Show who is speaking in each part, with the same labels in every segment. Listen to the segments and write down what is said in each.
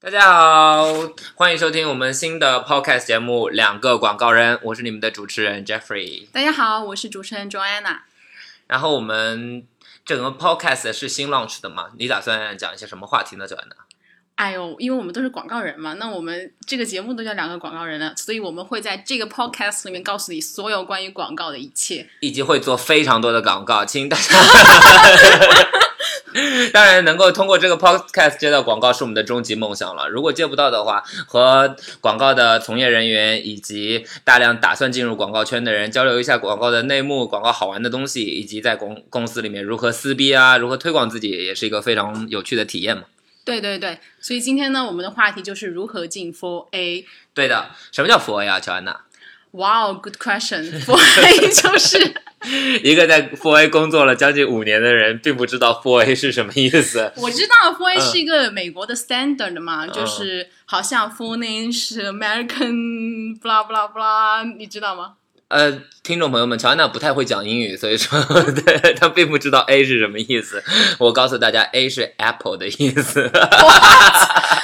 Speaker 1: 大家好，欢迎收听我们新的 podcast 节目《两个广告人》，我是你们的主持人 Jeffrey。
Speaker 2: 大家好，我是主持人 Joanna。
Speaker 1: 然后我们整个 podcast 是新 launch 的嘛？你打算讲一些什么话题呢，Joanna？
Speaker 2: 哎呦，因为我们都是广告人嘛，那我们这个节目都叫两个广告人了，所以我们会在这个 podcast 里面告诉你所有关于广告的一切。
Speaker 1: 以及会做非常多的广告，请大家。 当然，能够通过这个 podcast 接到广告是我们的终极梦想了。如果接不到的话，和广告的从业人员以及大量打算进入广告圈的人交流一下广告的内幕、广告好玩的东西，以及在公公司里面如何撕逼啊，如何推广自己，也是一个非常有趣的体验嘛。
Speaker 2: 对对对，所以今天呢，我们的话题就是如何进 Four A。
Speaker 1: 对的，什么叫佛 A 啊，乔安娜？
Speaker 2: 哇哦，Good question。Four A 就是
Speaker 1: 一个在 f o A 工作了将近五年的人，并不知道 f o A 是什么意思。
Speaker 2: 我知道 Four A 是一个美国的 standard 嘛，就是好像 Full Name 是 American blah blah blah，你知道吗？
Speaker 1: 呃，听众朋友们，乔安娜不太会讲英语，所以说 对她并不知道 A 是什么意思。我告诉大家，A 是 Apple 的意思，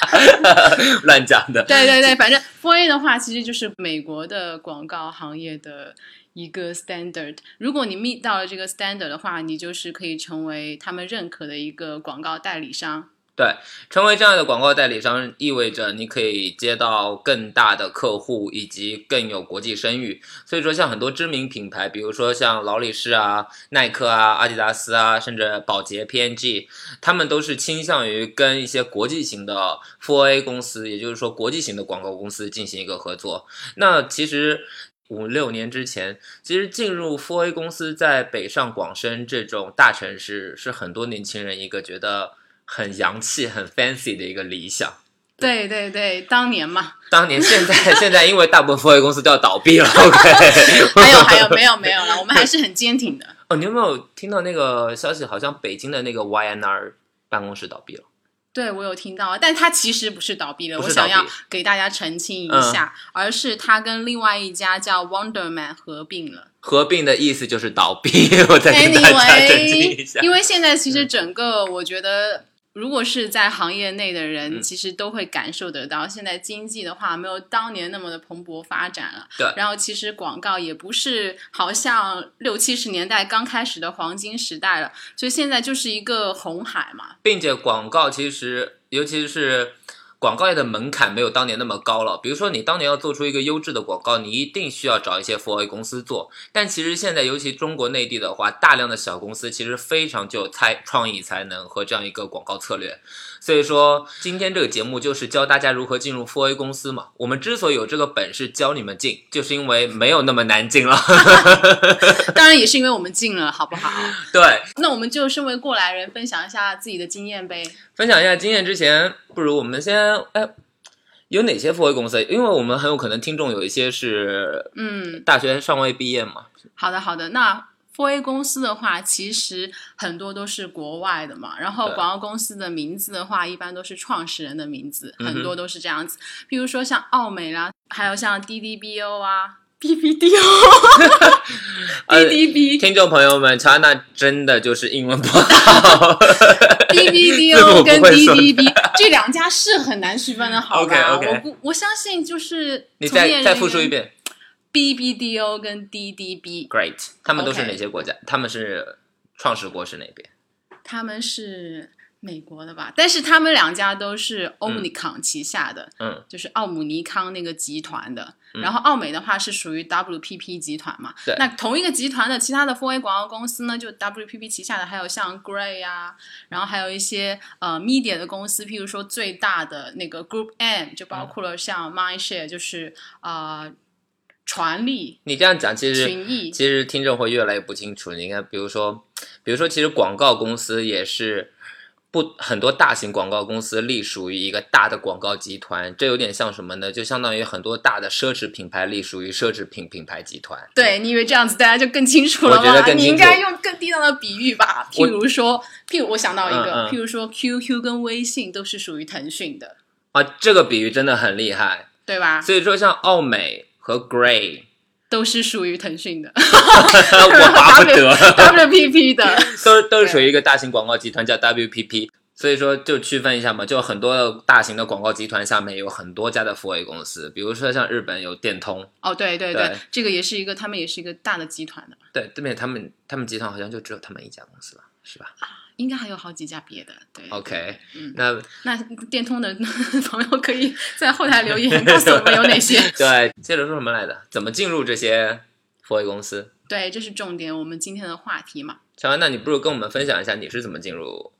Speaker 1: 乱讲的。
Speaker 2: 对 对对，反正 Four A 的话，其实就是美国的广告行业的一个 standard。如果你 meet 到了这个 standard 的话，你就是可以成为他们认可的一个广告代理商。
Speaker 1: 对，成为这样的广告代理商，意味着你可以接到更大的客户，以及更有国际声誉。所以说，像很多知名品牌，比如说像劳力士啊、耐克啊、阿迪达斯啊，甚至宝洁、P&G，他们都是倾向于跟一些国际型的 Four A 公司，也就是说国际型的广告公司进行一个合作。那其实。五六年之前，其实进入 Four A 公司在北上广深这种大城市，是很多年轻人一个觉得很洋气、很 fancy 的一个理想。
Speaker 2: 对对对，当年嘛，
Speaker 1: 当年、现在、现在，因为大部分 f o 公司都要倒闭了。OK，
Speaker 2: 还有还有没有没有了，我们还是很坚挺的。
Speaker 1: 哦，你有没有听到那个消息？好像北京的那个 YNR 办公室倒闭了。
Speaker 2: 对，我有听到，但它其实不是倒闭了。
Speaker 1: 不
Speaker 2: 我
Speaker 1: 是倒
Speaker 2: 想
Speaker 1: 闭嗯
Speaker 2: 要给大家澄清一下，而是它跟另外一家叫 Wonderman 合并了。
Speaker 1: 合并的意思就是倒闭，我再跟大家澄清一下
Speaker 2: Anyway，。因为现在其实整个我觉得，如果是在行业内的
Speaker 1: 嗯
Speaker 2: 人，其实都会感受得到，现在经济的话没有当年那么的蓬勃发展了。
Speaker 1: 对
Speaker 2: 然后其实广告也不是好像六七十年代刚开始的黄金时代了，所以现在就是一个红海嘛。
Speaker 1: 并且广告其实，尤其是广告业的门槛没有当年那么高了。比如说，你当年要做出一个优质的广告，你一定需要找一些 f o A 公司做。但其实现在，尤其中国内地的话，大量的小公司其实非常具有才创意才能和这样一个广告策略。所以说，今天这个节目就是教大家如何进入 f o A 公司嘛。我们之所以有这个本事教你们进，就是因为没有那么难进了。
Speaker 2: 当然也是因为我们进了，好不好？
Speaker 1: 对，
Speaker 2: 那我们就身为过来人，分享一下自己的经验呗。
Speaker 1: 分享一下经验之前，不如我们先哎，有哪些付费公司？因为我们很有可能听众有一些是
Speaker 2: 嗯，
Speaker 1: 大学尚未毕业嘛，
Speaker 2: 好的，好的。那 Four A 公司的话，其实很多都是国外的嘛。然后
Speaker 1: 对
Speaker 2: 广告公司的名字的话，一般都是创始人的名字，
Speaker 1: 嗯哼
Speaker 2: 很多都是这样子。譬如说像奥美啦，还有像 DDBO 啊、BBDO、
Speaker 1: 呃。
Speaker 2: DDB、
Speaker 1: 听众朋友们，乔安娜真的就是英文不 好。 这个我
Speaker 2: BBDO
Speaker 1: 不
Speaker 2: 跟
Speaker 1: 会说
Speaker 2: DDB 这两家是很难区分的，好吧
Speaker 1: OK，OK
Speaker 2: 我不，我相信就是
Speaker 1: 你
Speaker 2: 从
Speaker 1: 再
Speaker 2: 业人
Speaker 1: 再复述
Speaker 2: 员
Speaker 1: 一遍
Speaker 2: BBDO 跟 DDB，
Speaker 1: ，Great，他们都是
Speaker 2: OK
Speaker 1: 哪些国家？他们是创始国是哪边？
Speaker 2: 他们是美国的吧？但是他们两家都是欧姆尼康旗下的，
Speaker 1: 嗯，
Speaker 2: 就是奥姆尼康那个集团的。
Speaker 1: 嗯
Speaker 2: 然后奥美的话是属于 WPP 集团嘛，
Speaker 1: 对
Speaker 2: 那同一个集团的其他的 4A 广告公司呢，就 WPP 旗下的还有像 Grey 啊，然后还有一些呃 media 的公司，譬如说最大的那个 Group M，就
Speaker 1: 嗯
Speaker 2: 包括了像 Mindshare，就是呃传力、
Speaker 1: 你这样讲，其实
Speaker 2: 群益，
Speaker 1: 其实听众会越来越不清楚。你看，比如说，比如说，其实广告公司也是不很多大型广告公司隶属于一个大的广告集团，这有点像什么呢？就相当于很多大的奢侈品牌隶属于奢侈品品牌集团。
Speaker 2: 对你以为这样子大家就更清楚了
Speaker 1: 我觉得
Speaker 2: 吧？
Speaker 1: 更清楚
Speaker 2: 你应该用更地道的比喻吧，
Speaker 1: 我
Speaker 2: 譬如说，譬如我想到一
Speaker 1: 嗯
Speaker 2: 个，
Speaker 1: 嗯
Speaker 2: 譬如说 QQ 跟微信都是属于腾讯的，
Speaker 1: 啊，这个比喻真的很厉害。
Speaker 2: 对吧？
Speaker 1: 所以说，像奥美和 Grey，
Speaker 2: 都是属于腾讯的
Speaker 1: 我巴不得
Speaker 2: WPP 的，
Speaker 1: 都都是属于一个大型广告集团叫 WPP。所以说，就区分一下嘛，就很多的大型的广告集团下面有很多家的付费公司，比如说像日本有电通，
Speaker 2: 哦，对对
Speaker 1: 对
Speaker 2: 这个也是一个，他们也是一个大的集团的，
Speaker 1: 对，对面他们他们集团好像就只有他们一家公司吧，是吧
Speaker 2: 应该还有好几家别的。对
Speaker 1: ？OK，
Speaker 2: 嗯，
Speaker 1: 那
Speaker 2: 那电通的 朋友可以在后台留言，告诉我们有哪些。
Speaker 1: 对，接着说什么来着？怎么进入这些付费公司？
Speaker 2: 对，这是重点，我们今天的话题嘛。
Speaker 1: 小安，那你不如跟我们分享一下你是怎么进入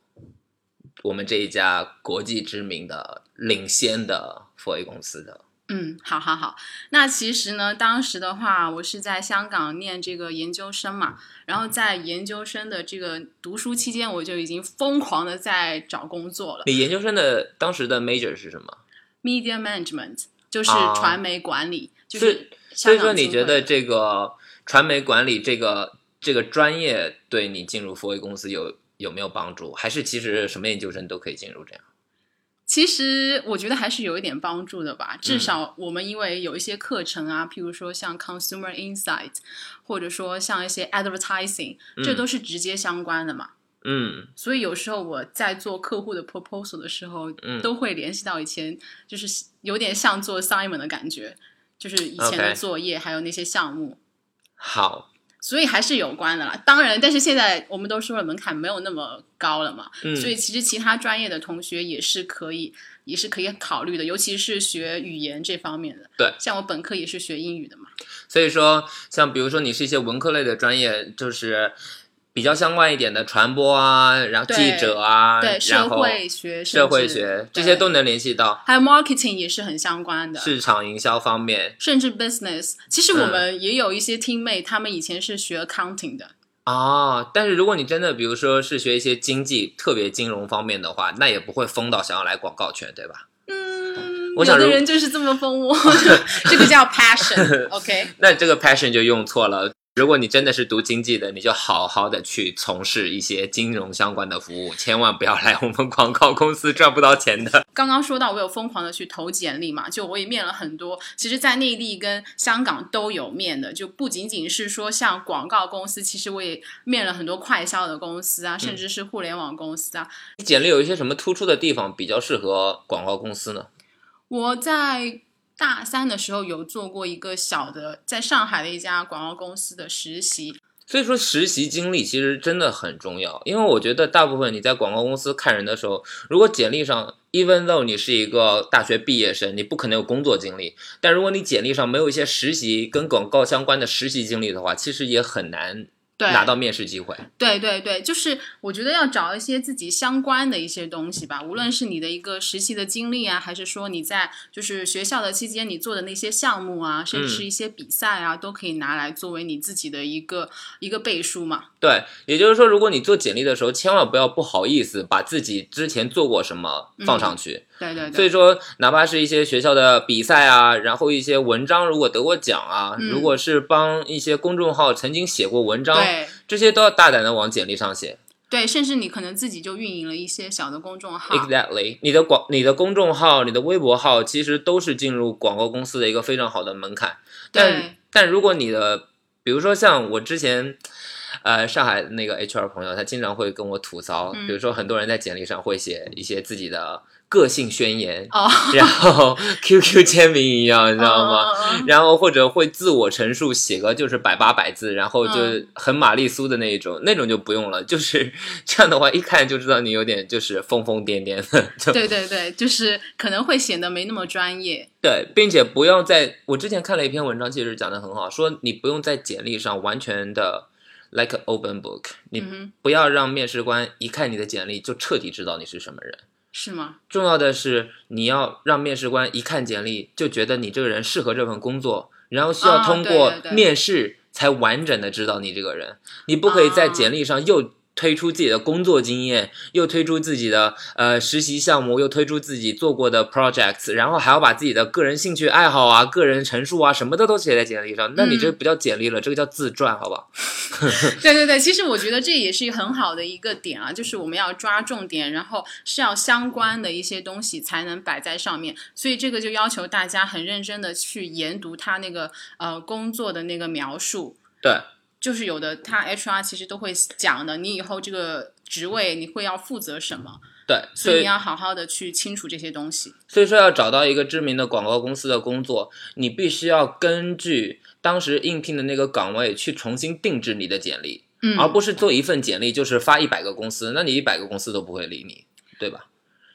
Speaker 1: 我们这一家国际知名的领先的付费公司的？
Speaker 2: 嗯，好好好。那其实呢，当时的话，我是在香港念这个研究生嘛，然后在研究生的这个读书期间，我就已经疯狂的在找工作了
Speaker 1: 你研究生的当时的 major 是什么？
Speaker 2: ，media management 就是
Speaker 1: 啊
Speaker 2: 传媒管理，就
Speaker 1: 所以
Speaker 2: 是
Speaker 1: 所以
Speaker 2: 香
Speaker 1: 说，
Speaker 2: 港
Speaker 1: 你
Speaker 2: 经
Speaker 1: 觉
Speaker 2: 会
Speaker 1: 得这个传媒管理这个这个专业对你进入 4A 公司有有没有帮助？还是其实什么研究生都可以进入这样？
Speaker 2: 其实我觉得还是有一点帮助的吧，
Speaker 1: 嗯
Speaker 2: 至少我们因为有一些课程啊，譬如说像 consumer insight，或者说像一些 advertising，这
Speaker 1: 嗯
Speaker 2: 都是直接相关的嘛。
Speaker 1: 嗯
Speaker 2: 所以有时候我在做客户的 proposal 的时候，
Speaker 1: 嗯
Speaker 2: 都会联系到以前，就是有点像做 assignment 的感觉，就是以前
Speaker 1: OK
Speaker 2: 的作业还有那些项目。
Speaker 1: 好，
Speaker 2: 所以还是有关的啦，当然，但是现在我们都说了门槛没有那么高了嘛，
Speaker 1: 嗯，
Speaker 2: 所以其实其他专业的同学也是可以，也是可以考虑的，尤其是学语言这方面的。
Speaker 1: 对，
Speaker 2: 像我本科也是学英语的嘛。
Speaker 1: 所以说，像比如说你是一些文科类的专业，就是比较相关一点的传播啊，然后
Speaker 2: 对
Speaker 1: 记者啊，
Speaker 2: 对，社
Speaker 1: 然后
Speaker 2: 会学、
Speaker 1: 社会
Speaker 2: 甚至，
Speaker 1: 学这
Speaker 2: 对
Speaker 1: 些都能联系到
Speaker 2: 还有 marketing 也是很相关的。
Speaker 1: 市场营销方面
Speaker 2: 甚至 business，其实我
Speaker 1: 嗯
Speaker 2: 们也有一些 team mate，、他们以前是学 accounting 的，
Speaker 1: 哦。但是如果你真的比如说是学一些经济，特别金融方面的话，那也不会疯到想要来广告圈，对吧？
Speaker 2: 嗯，
Speaker 1: 我想
Speaker 2: 有
Speaker 1: 如
Speaker 2: 的人就是这么 疯魔，这个叫 passion，OK，、
Speaker 1: 那这个 passion 就用错了。如果你真的是读经济的，你就好好的去从事一些金融相关的服务，千万不要来我们广告公司赚不到钱的。
Speaker 2: 刚刚说到我有疯狂的去投简历嘛，就我也面了很多，其实，在内地跟香港都有面的，就不仅仅是说像广告公司，其实我也面了很多快销的公司啊，
Speaker 1: 嗯
Speaker 2: 甚至是互联网公司啊。
Speaker 1: 你简历有一些什么突出的地方比较适合广告公司呢？
Speaker 2: 我在大三的时候有做过一个小的，在上海的一家广告公司的实习，
Speaker 1: 所以说，实习经历其实真的很重要，因为我觉得大部分你在广告公司看人的时候，如果简历上，even though 你是一个大学毕业生，你不可能有工作经历，但如果你简历上没有一些实习跟广告相关的实习经历的话，其实也很难
Speaker 2: 对，
Speaker 1: 拿到面试机会。
Speaker 2: 对对对，就是我觉得要找一些自己相关的一些东西吧，无论是你的一个实习的经历啊，还是说你在就是学校的期间你做的那些项目啊，甚至
Speaker 1: 嗯
Speaker 2: 是一些比赛啊，都可以拿来作为你自己的一个一个背书嘛。
Speaker 1: 对，也就是说，如果你做简历的时候，千万不要不好意思把自己之前做过什么放上去。
Speaker 2: 对对对，
Speaker 1: 所以说，哪怕是一些学校的比赛啊，然后一些文章如果得过奖啊，
Speaker 2: 嗯
Speaker 1: 如果是帮一些公众号曾经写过文章，
Speaker 2: 对
Speaker 1: 这些都要大胆的往简历上写。
Speaker 2: 对，甚至你可能自己就运营了一些小的公众号。
Speaker 1: Exactly，你的广、你的公众号、你的微博号，其实都是进入广告公司的一个非常好的门槛。但
Speaker 2: 对
Speaker 1: 但如果你的，比如说像我之前，呃，上海那个 HR 朋友，他经常会跟我吐槽，
Speaker 2: 嗯
Speaker 1: 比如说很多人在简历上会写一些自己的个性宣言，
Speaker 2: 哦，
Speaker 1: 然后 QQ 签名一样，你知道吗？
Speaker 2: 嗯？ 嗯嗯
Speaker 1: 然后或者会自我陈述，写个就是百八百字，然后就
Speaker 2: 嗯
Speaker 1: 很玛丽苏的那一种，那种就不用了。就是 这样的话，一看就知道你有点就是疯疯癫癫的。 就
Speaker 2: 嗯对对对，就是可能会显得没那么专业。
Speaker 1: 对，并且不要在我之前看了一篇文章，其实讲的很好，说你不用在简历上完全的 like an open book，你
Speaker 2: 嗯哼，
Speaker 1: 不要让面试官一看你的简历就彻底知道你是什么人。
Speaker 2: 是吗？
Speaker 1: 重要的是，你要让面试官一看简历就觉得你这个人适合这份工作，然后需要
Speaker 2: 啊
Speaker 1: 通
Speaker 2: 对
Speaker 1: 过
Speaker 2: 对对
Speaker 1: 面试才完整的知道你这个人。你不可以在
Speaker 2: 啊
Speaker 1: 简历上又推出自己的工作经验，又推出自己的呃实习项目，又推出自己做过的 projects，然后还要把自己的个人兴趣爱好啊、个人陈述啊什么的都写在简历上。那
Speaker 2: 嗯
Speaker 1: 你这不叫简历了，这个叫自传，好不好？
Speaker 2: 对对对，其实我觉得这也是很好的一个点啊，就是我们要抓重点，然后是要相关的一些东西才能摆在上面，所以这个就要求大家很认真的去研读他那个呃工作的那个描述，
Speaker 1: 对。
Speaker 2: 就是有的他 HR 其实都会讲的，你以后这个职位你会要负责什么，
Speaker 1: 对，
Speaker 2: 所
Speaker 1: 所
Speaker 2: 以你
Speaker 1: 以
Speaker 2: 要好好的去清楚这些东西。
Speaker 1: 所以说要找到一个知名的广告公司的工作，你必须要根据当时应聘的那个岗位去重新定制你的简历，
Speaker 2: 嗯，
Speaker 1: 而不是做一份简历就是发一百个公司，那你一百个公司都不会理你，对吧？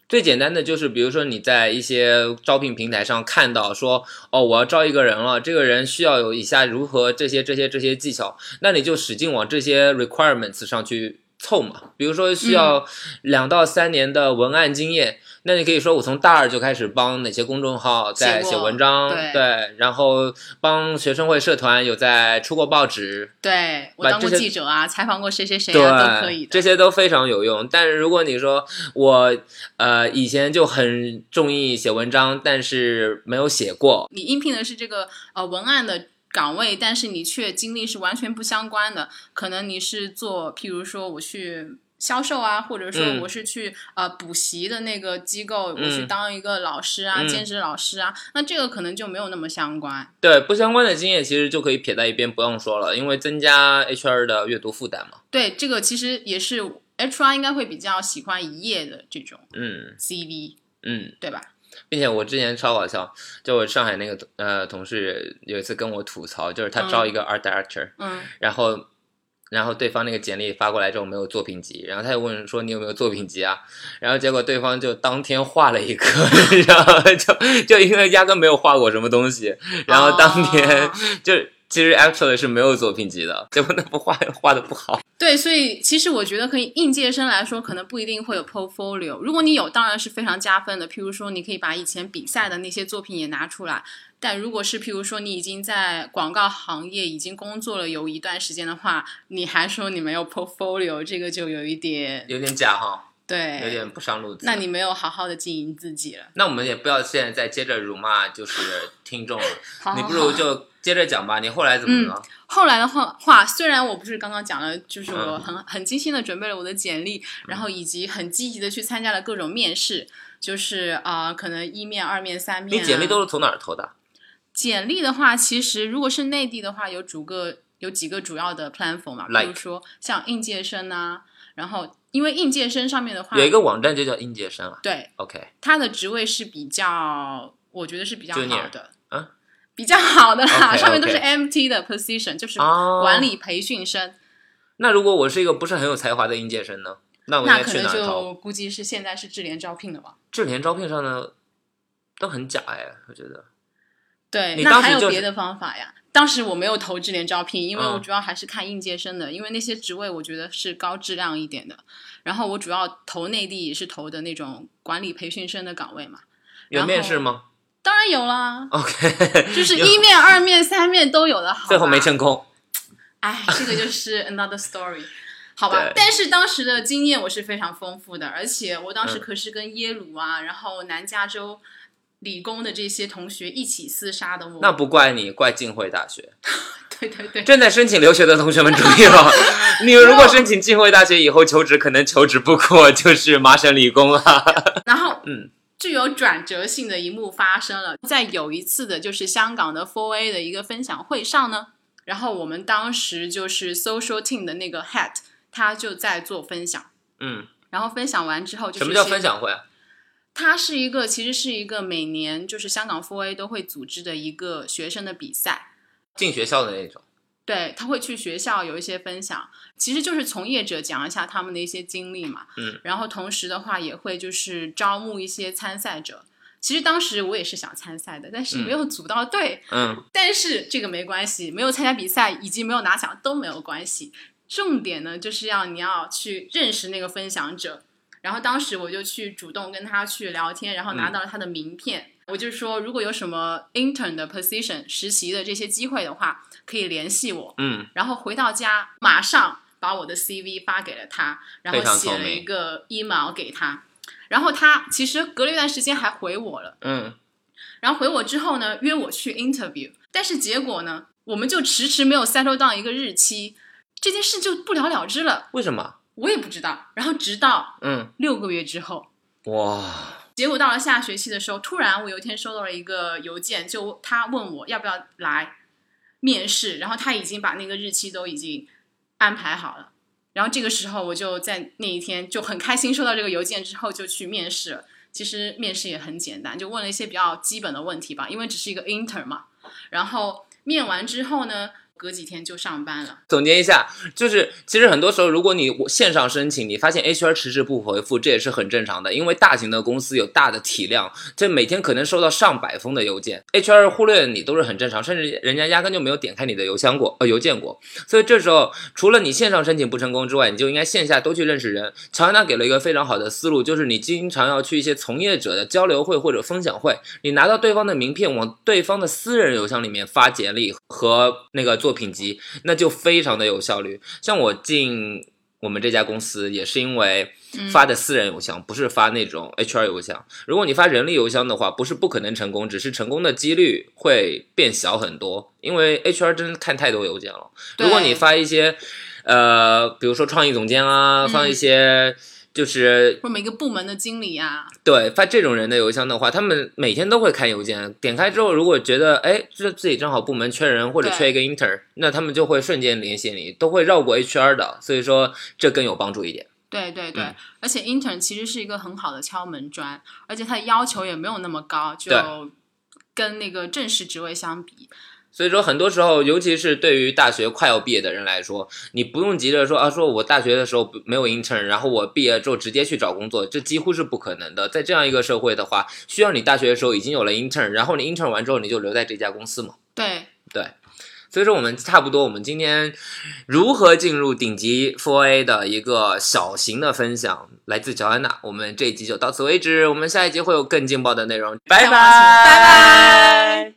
Speaker 1: 最简单的就是，比如说你在一些招聘平台上看到说，哦，我要招一个人了，这个人需要有以下如何这些这些这些技巧，那你就使劲往这些 requirements 上去凑嘛。比如说需要两到三年的文案经验，那你可以说我从大二就开始帮哪些公众号在
Speaker 2: 写
Speaker 1: 写
Speaker 2: 过
Speaker 1: 文章，
Speaker 2: 对
Speaker 1: 然后帮学生会社团有在出过报纸，
Speaker 2: 对我
Speaker 1: 把
Speaker 2: 当过
Speaker 1: 这些
Speaker 2: 记者啊，采访过谁谁谁
Speaker 1: 对，
Speaker 2: 啊，都可以的。
Speaker 1: 这些都非常有用。但是如果你说我呃以前就很中意写文章，但是没有写过，
Speaker 2: 你应聘的是这个呃文案的岗位，但是你却经历是完全不相关的。可能你是做，譬如说我去销售啊，或者说
Speaker 1: 嗯
Speaker 2: 我是去、呃补习的那个机构，
Speaker 1: 嗯
Speaker 2: 我去当一个老师啊，
Speaker 1: 嗯
Speaker 2: 兼职老师啊，那这个可能就没有那么相关。
Speaker 1: 对不相关的经验其实就可以撇在一边，不用说了，因为增加 HR 的阅读负担嘛。
Speaker 2: 对，这个其实也是 HR 应该会比较喜欢一页的这种
Speaker 1: 嗯
Speaker 2: CV，
Speaker 1: 嗯。
Speaker 2: 对吧？
Speaker 1: 并且我之前超搞笑，就我上海那个呃同事有一次跟我吐槽，就是他招一个 art director，、
Speaker 2: 嗯，
Speaker 1: 然后然后对方那个简历发过来之后没有作品集，然后他就问说你有没有作品集啊？然后结果对方就当天画了一个， 然后就就因为压根没有画过什么东西， 然后当天、
Speaker 2: 哦
Speaker 1: 就其实 actually 是没有作品集的，结果那不画画的不好，
Speaker 2: 对，所以其实我觉得可以应届生来说，可能不一定会有 portfolio。如果你有，当然是非常加分的。譬如说，你可以把以前比赛的那些作品也拿出来。但如果是譬如说你已经在广告行业已经工作了有一段时间的话，你还说你没有 portfolio，这个就有一点
Speaker 1: 有点假哈，
Speaker 2: 对，
Speaker 1: 有点不上路子。
Speaker 2: 哎那你没有好好的经营自己了。
Speaker 1: 那我们也不要现在再接着辱骂就是听众了。
Speaker 2: 好
Speaker 1: 你不
Speaker 2: 好
Speaker 1: 如就接着讲吧，你后来怎么了？
Speaker 2: 后来的话话，虽然我不是刚刚讲了，就是我
Speaker 1: 嗯
Speaker 2: 很很精心的准备了我的简历，然后以及很积极的去参加了各种面试，就是啊、呃可能一面、二面、三面、
Speaker 1: 你
Speaker 2: 啊。
Speaker 1: 简历都是从哪儿投的？啊
Speaker 2: 简历的话，其实如果是内地的话，有主个有几个主要的 platform 嘛，比如
Speaker 1: Like
Speaker 2: 说像应届生啊，然后因为应届生上面的话，
Speaker 1: 有一个网站就叫应届生啊。
Speaker 2: 对
Speaker 1: OK，
Speaker 2: 他的职位是比较，我觉得是比较好的
Speaker 1: Junior，啊
Speaker 2: 比较好的啦
Speaker 1: OK，OK
Speaker 2: 上面都是 MT 的 position，就是
Speaker 1: 哦
Speaker 2: 管理培训生。
Speaker 1: 那如果我是一个不是很有才华的应届生呢？那我应
Speaker 2: 那
Speaker 1: 该
Speaker 2: 可
Speaker 1: 去
Speaker 2: 能
Speaker 1: 哪儿投？
Speaker 2: 就估计是现在是智联招聘了吧？
Speaker 1: 智联招聘上呢，都很假哎，我觉得。
Speaker 2: 对，
Speaker 1: 你
Speaker 2: 那
Speaker 1: 当时
Speaker 2: 还有
Speaker 1: 就是
Speaker 2: 别的方法呀？当时我没有投智联招聘，因为
Speaker 1: 嗯
Speaker 2: 我主要还是看应届生的，因为那些职位我觉得是高质量一点的。然后我主要投内地也是投的那种管理培训生的岗位嘛，
Speaker 1: 有
Speaker 2: 然后
Speaker 1: 面试吗
Speaker 2: 当然有啦，
Speaker 1: ？OK，
Speaker 2: 就是一面、二面、三面都有的，好 吧
Speaker 1: 最后没成功。
Speaker 2: 哎，这个就是 another story，好吧
Speaker 1: 对？
Speaker 2: 但是当时的经验我是非常丰富的，而且我当时
Speaker 1: 嗯
Speaker 2: 可是跟耶鲁啊，然后南加州理工的这些同学一起厮杀的我。
Speaker 1: 那不怪你，怪浸会大学。
Speaker 2: 对对对，
Speaker 1: 正在申请留学的同学们注意 了，你如果申请浸会大学，以后求职可能求职不过就是麻省理工啊。
Speaker 2: 然后
Speaker 1: 嗯。
Speaker 2: 具有转折性的一幕发生了，在有一次的就是香港的 Four A 的一个分享会上呢，然后我们当时就是 Social Team 的那个 Hat，他就在做分享，
Speaker 1: 嗯，
Speaker 2: 然后分享完之后就是
Speaker 1: 什么叫
Speaker 2: 先
Speaker 1: 分享会啊？
Speaker 2: 它是一个，其实是一个每年就是香港 Four A 都会组织的一个学生的比赛。
Speaker 1: 进学校的那种。
Speaker 2: 对他会去学校有一些分享，其实就是从业者讲一下他们的一些经历嘛。
Speaker 1: 嗯，
Speaker 2: 然后同时的话也会就是招募一些参赛者。其实当时我也是想参赛的，但是
Speaker 1: 嗯
Speaker 2: 没有组到队，
Speaker 1: 嗯，
Speaker 2: 但是这个没关系，没有参加比赛以及没有拿奖都没有关系。重点呢，就是要你要去认识那个分享者。然后当时我就去主动跟他去聊天，然后
Speaker 1: 嗯
Speaker 2: 拿到了他的名片。我就说，如果有什么 intern 的 position 实习的这些机会的话，可以联系我。
Speaker 1: 嗯，
Speaker 2: 然后回到家，马上把我的 CV 发给了他，然后
Speaker 1: 非常
Speaker 2: 写
Speaker 1: 聪
Speaker 2: 了
Speaker 1: 明
Speaker 2: 一个 email 给他。然后他其实隔了一段时间还回我了。
Speaker 1: 嗯，
Speaker 2: 然后回我之后呢，约我去 interview，但是结果呢，我们就迟迟没有 settle down 一个日期，这件事就不了了之了，
Speaker 1: 为什么？
Speaker 2: 我也不知道。然后直到
Speaker 1: 嗯，
Speaker 2: 六个月之后，
Speaker 1: 哇，
Speaker 2: 结果到了下学期的时候，突然我有一天收到了一个邮件，就他问我要不要来面试，然后他已经把那个日期都已经安排好了，然后这个时候我就在那一天就很开心收到这个邮件之后就去面试了。其实面试也很简单，就问了一些比较基本的问题吧，因为只是一个 intern 嘛。然后面完之后呢，隔几天就上班了。
Speaker 1: 总结一下，就是其实很多时候，如果你线上申请，你发现 HR 迟迟不回复，这也是很正常的，因为大型的公司有大的体量，这每天可能收到上百封的邮件，HR 忽略你都是很正常，甚至人家压根就没有点开你的邮箱过，呃，邮件过。所以这时候，除了你线上申请不成功之外，你就应该线下多去认识人。乔安娜给了一个非常好的思路，就是你经常要去一些从业者的交流会或者分享会，你拿到对方的名片，往对方的私人邮箱里面发简历和那个作品集，那就非常的有效率。像我进我们这家公司也是因为发的私人邮箱，不是发那种 HR 邮箱。如果你发人力邮箱的话，不是不可能成功，只是成功的几率会变小很多，因为 HR 真看太多邮件了。
Speaker 2: 对
Speaker 1: 如果你发一些，呃，比如说创意总监啊，放一些就是
Speaker 2: 或者每个部门的经理啊呀、
Speaker 1: 对，发这种人的邮箱的话，他们每天都会看邮件，点开之后，如果觉得哎，这自己正好部门缺人或者
Speaker 2: 对
Speaker 1: 缺一个 inter，那他们就会瞬间联系你，都会绕过 HR 的，所以说这更有帮助一点。
Speaker 2: 对对对，
Speaker 1: 嗯
Speaker 2: 而且 intern 其实是一个很好的敲门砖，而且它的要求也没有那么高，就
Speaker 1: 对
Speaker 2: 跟那个正式职位相比，
Speaker 1: 所以说，很多时候，尤其是对于大学快要毕业的人来说，你不用急着说啊，说我大学的时候不没有 intern，然后我毕业之后直接去找工作，这几乎是不可能的。在这样一个社会的话，需要你大学的时候已经有了 intern，然后你 intern 完之后你就留在这家公司嘛。
Speaker 2: 对，
Speaker 1: 所以说，我们差不多，我们今天如何进入顶级 Four A 的一个小型的分享，来自乔安娜。我们这一集就到此为止，我们下一集会有更劲爆的内容，拜拜，
Speaker 2: 拜拜。